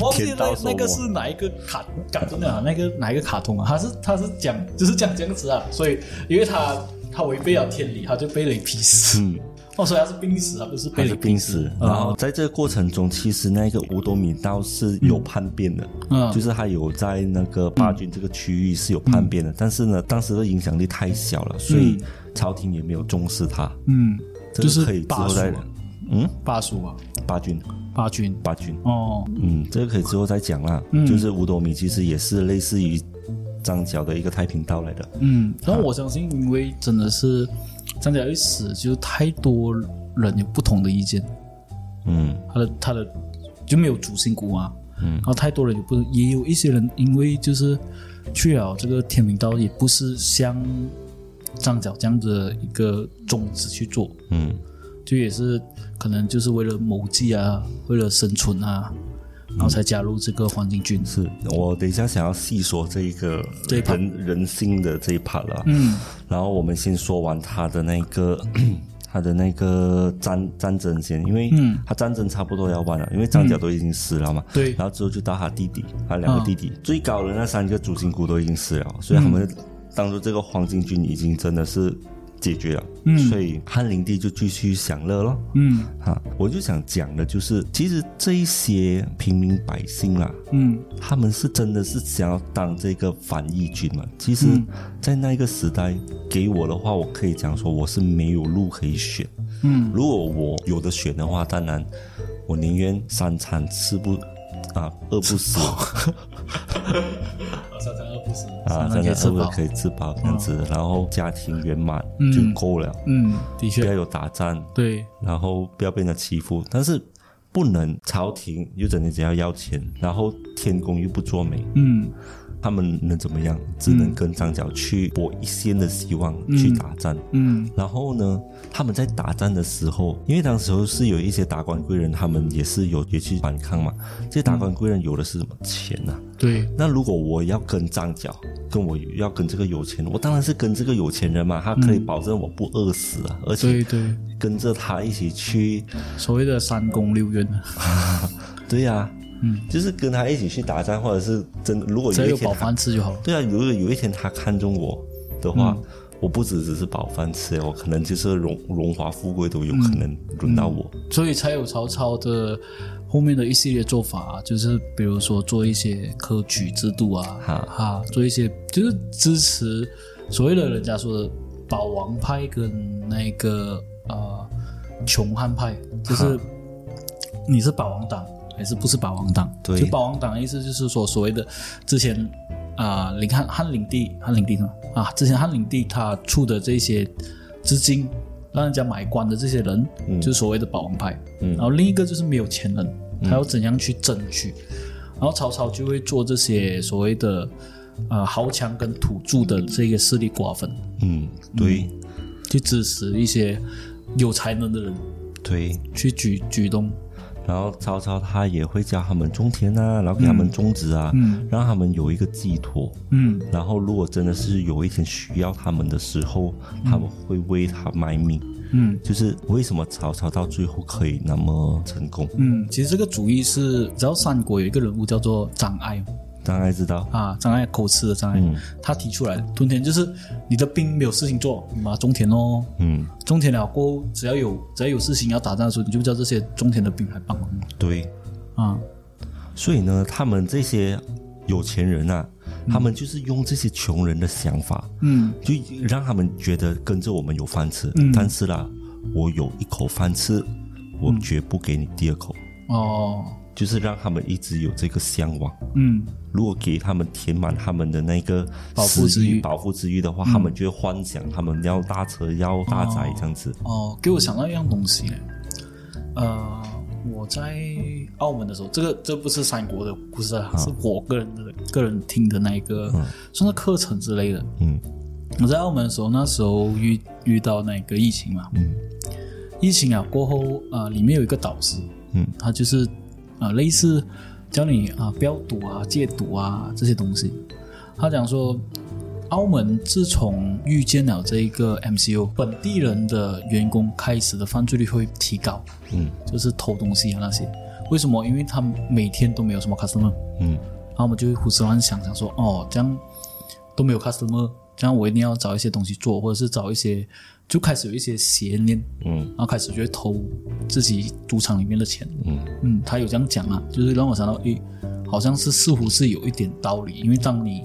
我忘记天那道收那个获是哪一个卡卡通啊？那个哪一个卡通啊？他是他是讲就是讲这样子啊，所以因为他他违背了天理，他就被雷劈死。嗯，哦，所以他是病死啊，不是被啊还雷是劈病死。死。然后在这个过程中，其实那个五斗米道是有叛变的，嗯就是他有在那个巴军这个区域是有叛嗯变的，但是呢，当时的影响力太小了，所以朝廷也没有重视他。嗯，这就是个可以之巴后蜀再啊，嗯，巴蜀啊，巴军，巴军。巴军。哦，嗯，这个可以之后再讲啦。嗯就是五斗米其实也是类似于张角的一个太平道来的。嗯，然后我相信，因为真的是张家一死，就太多人有不同的意见，嗯他的他的就没有主心骨啊，嗯，然后太多人也不，也有一些人因为就是去了这个天明道，也不是像张角这样的一个宗旨去做，嗯，就也是可能就是为了谋计啊，为了生存啊，然后才加入这个黄巾军。是我等一下想要细说这一个这一 part 人人性的这一 part 了。嗯，然后我们先说完他的那个 他的那个战战争先，因为嗯他战争差不多要完了，因为张角都已经死了嘛。对啊然后之后就到他弟弟，他两个弟弟、最高的那三个主心骨都已经死了，所以他嗯们当初这个黄巾军已经真的是解决了，所以汉灵帝就继续享乐咯。嗯哈，我就想讲的就是，其实这一些平民百姓啊，嗯他们是真的是想要当这个反义军嘛？其实，嗯在那个时代，给我的话，我可以讲说我是没有路可以选。嗯，如果我有的选的话，当然我宁愿三餐吃不啊饿不死三餐饿不死，三啊，三餐餐吃饿不饱死。可以吃饱这样子，然后家庭圆满嗯就够了，嗯，的不要确，有打仗，对，然后不要被人家欺负，但是不能朝廷又整天只要要钱，然后天公又不作美，嗯他们能怎么样？只能跟张角去搏一线的希望，去打战。嗯然后呢，他们在打战的时候，因为当时候是有一些达官贵人，他们也是有也去反抗嘛。这些达官贵人有的是什么钱呐、对，那如果我要跟张角，跟我要跟这个有钱人，我当然是跟这个有钱人嘛，他可以保证我不饿死啊，而且对对，跟着他一起去所谓的三公六院啊，对呀、嗯，就是跟他一起去打仗，或者是真的，如果只要有一有天饱他，饭吃就好了。对啊，如果有一天他看中我的话，嗯我不只只是饱饭吃，我可能就是荣荣华富贵都有可能轮到我。所以才有曹操的后面的一系列做法、啊就是比如说做一些科举制度啊，哈哈，做一些就是支持所谓的人家说的保王派跟那个呃穷汉派，就是你是保王党还是不是保王党？对就保王党的意思就是说所谓的之前啊、林汉汉灵帝汉灵帝呢啊，之前汉灵帝他出的这些资金。让人家买官的这些人，就是所谓的保王派。然后另一个就是没有钱人，他要怎样去争取？然后曹操就会做这些所谓的呃豪强跟土著的这个势力瓜分，嗯，对、去支持一些有才能的人对。去举举动。然后曹操他也会教他们种田啊，然后给他们种植啊，让他们有一个寄托。嗯然后如果真的是有一天需要他们的时候，他们会为他卖命。嗯就是为什么曹操到最后可以那么成功？嗯，其实这个主意是，你知道三国有一个人物叫做张爱吗大概知道，啊，张爱口吃的张爱，他提出来的屯田就是你的兵没有事情做，你把它种田哦。嗯，种田了过后，只要有只要有事情要打仗的时候，你就叫这些种田的兵来帮忙对，啊。所以呢，他们这些有钱人啊，他们就是用这些穷人的想法，嗯就让他们觉得跟着我们有饭吃。但是啦，我有一口饭吃，我嗯绝不给你第二口，哦，就是让他们一直有这个向往。嗯如果给他们填满他们的那个饱腹食之欲嗯饱腹之欲的话，他们就会幻想他们要大车、要大宅这样子。哦，给我想到一样东西呢，呃，我在澳门的时候，这个这不是三国的故事啊，是我个人的个人听的那一个，算是课程之类的。嗯我在澳门的时候，那时候遇遇到那个疫情嘛，嗯疫情啊过后，呃，里面有一个导师，嗯他就是啊、呃类似教你啊、不要赌啊、戒赌啊这些东西。他讲说，澳门自从遇见了这一个 MCO，本地人的员工开始的犯罪率会提高，嗯就是偷东西啊那些。为什么？因为他们每天都没有什么 customer，嗯然后我们就会胡思乱想，想说哦，这样都没有 customer，这样我一定要找一些东西做，或者是找一些，就开始有一些邪念，嗯然后开始就会偷自己赌场里面的钱。嗯嗯，他有这样讲啊，就是让我想到，诶，好像是似乎是有一点道理，因为当你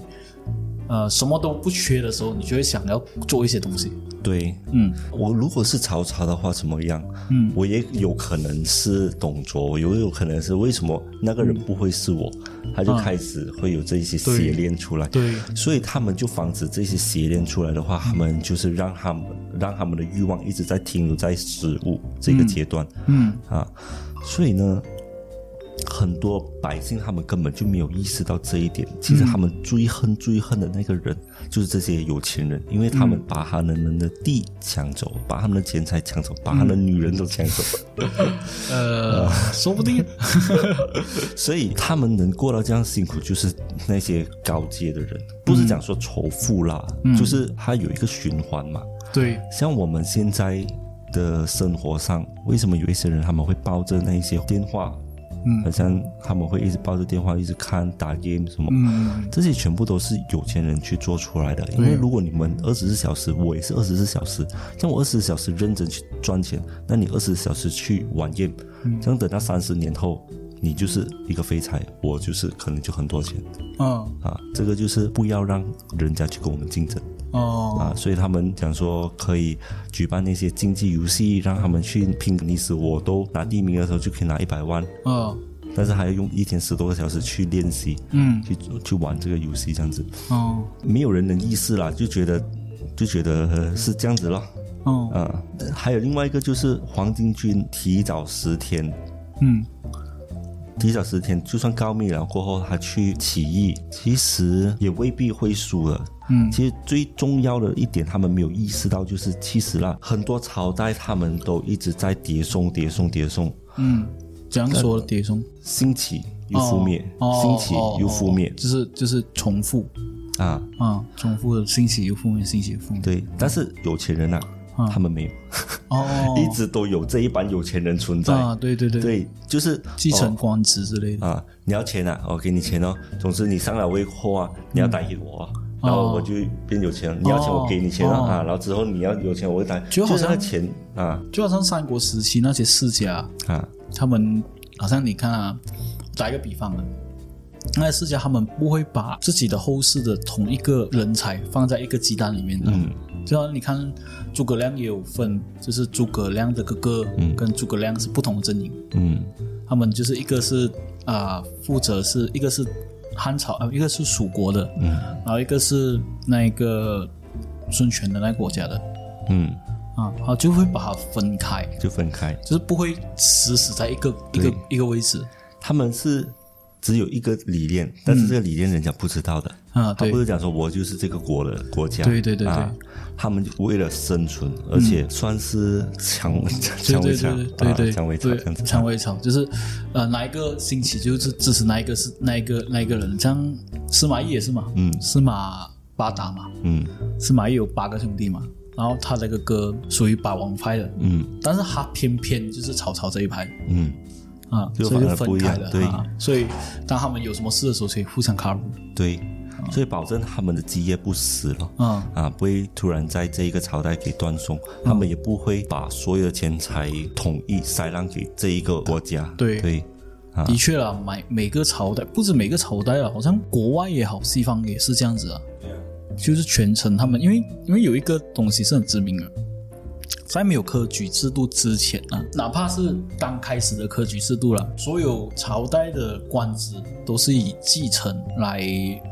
呃什么都不缺的时候，你就会想要做一些东西。对。嗯我如果是曹操的话，怎么样？嗯，我也有可能是董卓，我也有可能是为什么那个人不会是我，他就开始会有这些邪念出来。嗯对所以他们就防止这些邪念出来的话，他们就是让他们让他们的欲望一直在停留在食物这个阶段、嗯啊。所以呢，很多百姓他们根本就没有意识到这一点。其实他们最恨最恨的那个人就是这些有钱人，因为他们把他们的地抢走，把他们的钱财抢走，把他们的女人都抢走。呃，说不定， 所以他们能过到这样辛苦，就是那些高阶的人，不是讲说仇富啦，就是它有一个循环嘛。对，像我们现在的生活上，为什么有一些人他们会抱着那一些电话，嗯，好像他们会一直抱着电话一直看打 game 什么，嗯，这些全部都是有钱人去做出来的。因为如果你们二十四小时，我也是二十四小时，像我二十四小时认真去赚钱，那你二十四小时去玩 game，、这样等到三十年后，你就是一个废柴，我就是可能就很多钱嗯，啊。这个就是不要让人家去跟我们竞争。哦，啊，所以他们讲说可以举办那些竞技游戏，让他们去拼你死我都，拿第一名的时候就可以拿一百万，嗯，但是还要用一天十多个小时去练习，嗯，去去玩这个游戏，这样子哦，没有人能意识啦，就觉得就觉得呃是这样子了。哦，啊，还有另外一个就是黄巾军提早十天，嗯，提早十天就算告密了过后，他去起义，其实也未必会输了。嗯其实最重要的一点，他们没有意识到，就是其实啦，很多朝代他们都一直在迭宋、迭宋、迭宋，嗯，这样说的，碟中兴起又覆灭，哦兴起哦又哦覆灭、就是就是重复啊。啊，重复的信息又负面，信息又负面，，对，但是有钱人呐、啊嗯他们没有，哦， 一直都有这一帮有钱人存在。啊，对对对，对，就是继哦承官职之类的，啊，你要钱啊，我给你钱哦。总之你上了位后啊，你要打给我啊，然后我就变有钱了。你要钱我给你钱了、嗯哦啊，然后之后你要有钱我就打，就好像是那个钱啊就好像三国时期那些世家，啊，他们好像你看啊，打一个比方啊，那世家他们不会把自己的后世的同一个人才放在一个鸡蛋里面的。嗯就像你看诸葛亮也有分，就是诸葛亮的哥哥跟诸葛亮是不同的阵营，嗯他们就是一个是啊、负责是一个是汉朝，呃一个是蜀国的，嗯然后一个是那个孙权的那个国家的嗯，啊，然后就会把它分开。就分开。就是不会死死在一个一个一个位置他们是只有一个理念，但是这个理念人家不知道的。啊，他对不，是讲说我就是这个国的国家，对对对啊他们为了生存，而且算是强对强为对强，对啊对对强为强对这样子，蔷薇草就是呃哪一个兴起就是支持哪一个是哪一个哪一个人，像司马懿也是嘛，嗯，司马八达嘛，嗯司马懿有八个兄弟嘛，然后他的哥哥属于霸王派的，嗯但是他偏偏就是曹操这一派嗯，啊，就所以就反而不分一样开了，对啊，所以当他们有什么事的时候，所以互相 cover，对，啊所以保证他们的基业不死了。嗯啊，不会突然在这一个朝代给断啊送，他们也不会把所有的钱财统一塞让给这一个国家。对对，啊的确啦，每每个朝代，不止每个朝代啊，好像国外也好，西方也是这样子啊。就是全程他们，因为因为有一个东西是很致命的，在没有科举制度之前啊，哪怕是刚开始的科举制度了，所有朝代的官职都是以继承来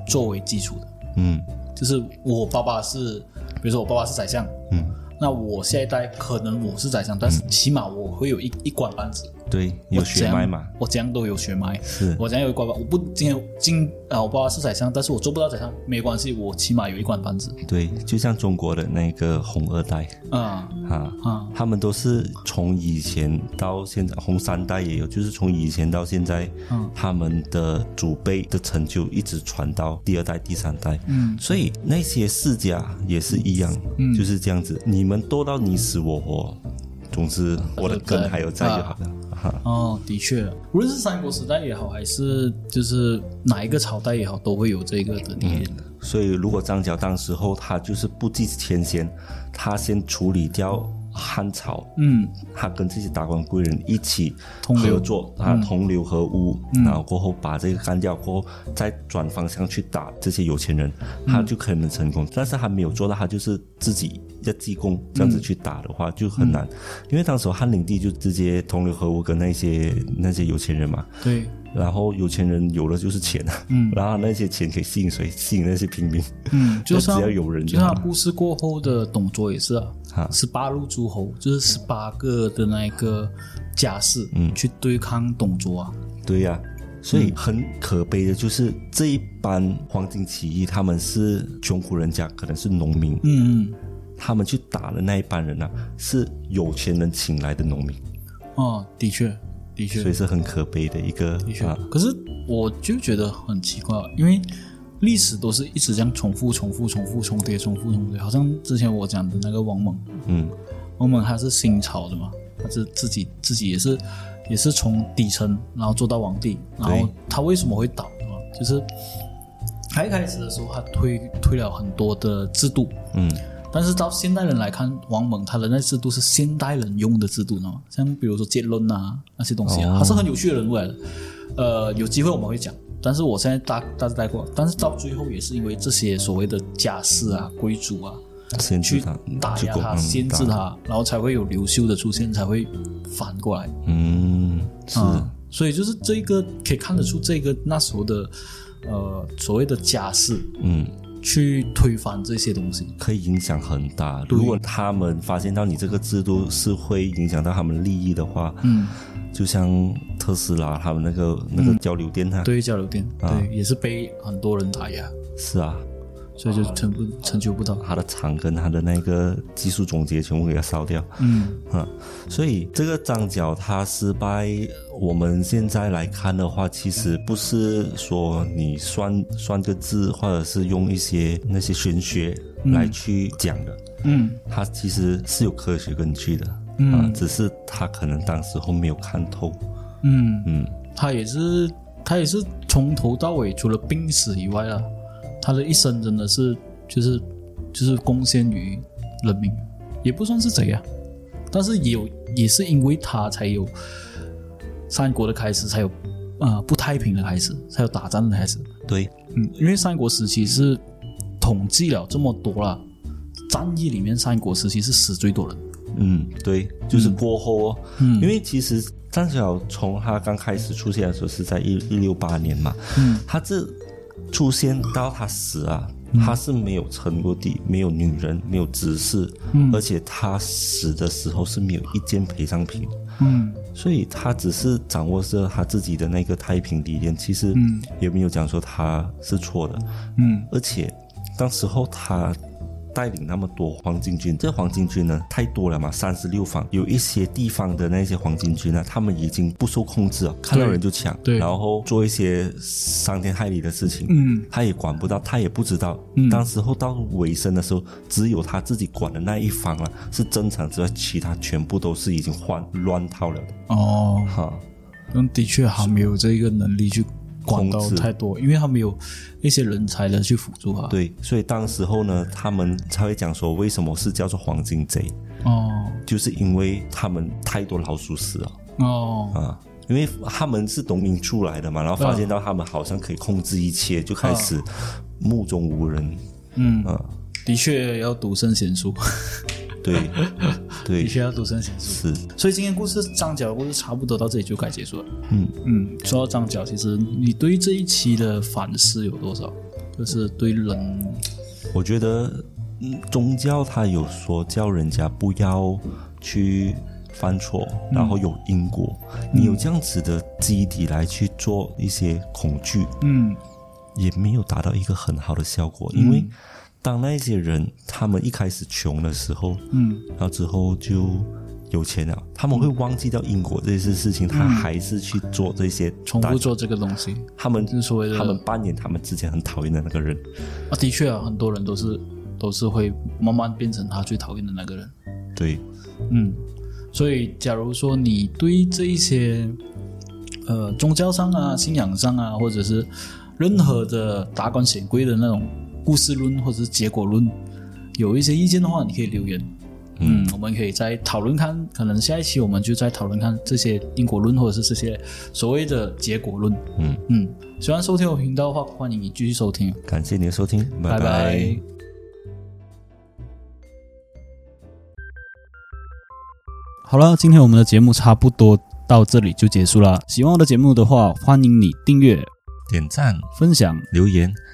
作为基础的。嗯就是我爸爸是，比如说我爸爸是宰相，嗯，那我下一代可能我是宰相，但是起码我会有一一官半职。对，有血脉嘛，我怎样都有血脉，是我怎样有一官班，我不今天今啊，我爸爸是宰相，但是我做不到宰相没关系，我起码有一官班子。对，就像中国的那个红二代啊啊。啊他们都是从以前到现在，红三代也有，就是从以前到现在，嗯他们的祖辈的成就一直传到第二代、第三代，嗯所以那些世家也是一样，就是这样子，你们斗到你死我活，总之我的根还有在就好了。哈哦，的确，无论是三国时代也好，还是就是哪一个朝代也好，都会有这个的理念的。所以如果张角当时候他就是不计前嫌，他先处理掉汉朝，嗯他跟这些达官贵人一起同流嗯合作，啊，同流合污，然后过后把这个干掉，过后再转方向去打这些有钱人，嗯他就可能成功。但是他没有做到，他就是自己要济公这样子去打的话、就很嗯难，因为当时汉灵帝就直接同流合污跟那些那些有钱人嘛，对，然后有钱人有的就是钱，啊然后那些钱可以吸引谁？吸引那些平民，嗯，就只像要有人就就好像了。故事过后的董卓也是啊啊，十八路诸侯就是十八个的那一个家世，嗯，去对抗董卓啊。对呀、所嗯以很可悲的就是这一班黄金起义，他们是穷苦人家，可能是农民，嗯嗯，他们去打的那一班人呢、啊是有钱人请来的农民，哦，的确，的确所以，是很可悲的一个的确啊。。可是我就觉得很奇怪，因为历史都是一直这样重复、重复、重复、重叠、重复、重叠。好像之前我讲的那个王蒙，嗯王蒙他是新朝的嘛，他是自己自己也是也是从底层然后做到皇帝，然后他为什么会倒呢？就是他一开始的时候，他推推了很多的制度，嗯但是到现代人来看，王蒙他的那制度是现代人用的制度，你知道吗？像比如说结论啊那些东西啊，哦他是很有趣的人物来的。呃，有机会我们会讲，但是我现在大大致带过，但是到最后也是因为这些所谓的家世啊、贵族啊，限制去他，打去压攻他、嗯限制打他，然后才会有刘秀的出现，才会反过来。嗯，是啊，所以就是这个可以看得出，这个那时候的呃所谓的家世嗯，去推翻这些东西。可以影响很大。如果他们发现到你这个制度是会影响到他们利益的话，嗯，就像特斯拉他们那个那个交流电啊，对于交流电，啊对也是被很多人打压，是啊，所以就成不成就不到。他的厂跟他的那个技术总结全部给它烧掉。嗯啊，所以这个张角他失败，我们现在来看的话，其实不是说你算算个字，或者是用一些那些玄学来去讲的，嗯它其实是有科学根据的。嗯啊，只是他可能当时候没有看透。嗯，嗯他也是他也是从头到尾，除了病死以外啊，他的一生真的是就是就是贡献于人民，也不算是怎样，但是也有也是因为他才有呃三国的开始，才有啊、呃不太平的开始，才有打仗的开始。对，嗯，因为三国时期是统计了这么多了，战役里面三国时期是死最多人。嗯，对，就是过后哦，嗯因为其实张小从他刚开始出现的时候是在一一六八年嘛，嗯，他这出现到他死啊，他是没有成过帝，没有女人，没有知识，嗯而且他死的时候是没有一件陪葬品，嗯所以他只是掌握着他自己的那个太平理念，其实也没有讲说他是错的，嗯而且当时候他带领那么多黄巾军，这黄巾军呢太多了嘛，三十六方，有一些地方的那些黄巾军呢，他们已经不受控制了，看到人就抢，对然后做一些伤天害理的事情，嗯，他也管不到，他也不知道。当时候到尾声的时候，只有他自己管的那一方了是正常之外，其他全部都是已经换乱套了的，哦，哈，那的确还没有这个能力去管到控制太多，因为他没有一些人才的去辅助他。，啊对，所以当时候呢，他们才会讲说为什么是叫做黄金贼，哦就是因为他们太多老鼠屎了哦，啊，因为他们是农民出来的嘛，然后发现到他们好像可以控制一切，就开始目中无人。嗯，啊，的确要读圣贤书，对，的对，确要读圣贤书。是，所以今天故事张角的故事差不多到这里就该结束了。嗯嗯，说到张角，其实你对于这一期的反思有多少？就是对人，我觉得嗯宗教它有说叫人家不要去犯错，然后有因果，你有这样子的基底来去做一些恐惧，嗯也没有达到一个很好的效果，因为当那些人他们一开始穷的时候，嗯，然后之后就有钱了，他们会忘记掉因果这些事情，他还是去做这些嗯重大复做这个东西他们就是所谓的他们扮演他们之前很讨厌的那个人，啊，的确啊，很多人都是都是会慢慢变成他最讨厌的那个人。对，嗯，所以假如说你对这一些呃宗教上啊、信仰上啊，或者是任何的达官显贵的那种故事论或者是结果论，有一些意见的话，你可以留言。嗯，我们可以再讨论看，可能下一期我们就再讨论看这些因果论或者是这些所谓的结果论。嗯嗯，喜欢收听我频道的话，欢迎你继续收听，感谢你的收听，拜拜好了，今天我们的节目差不多到这里就结束了。喜欢我的节目的话，欢迎你订阅、点赞。分享。留言。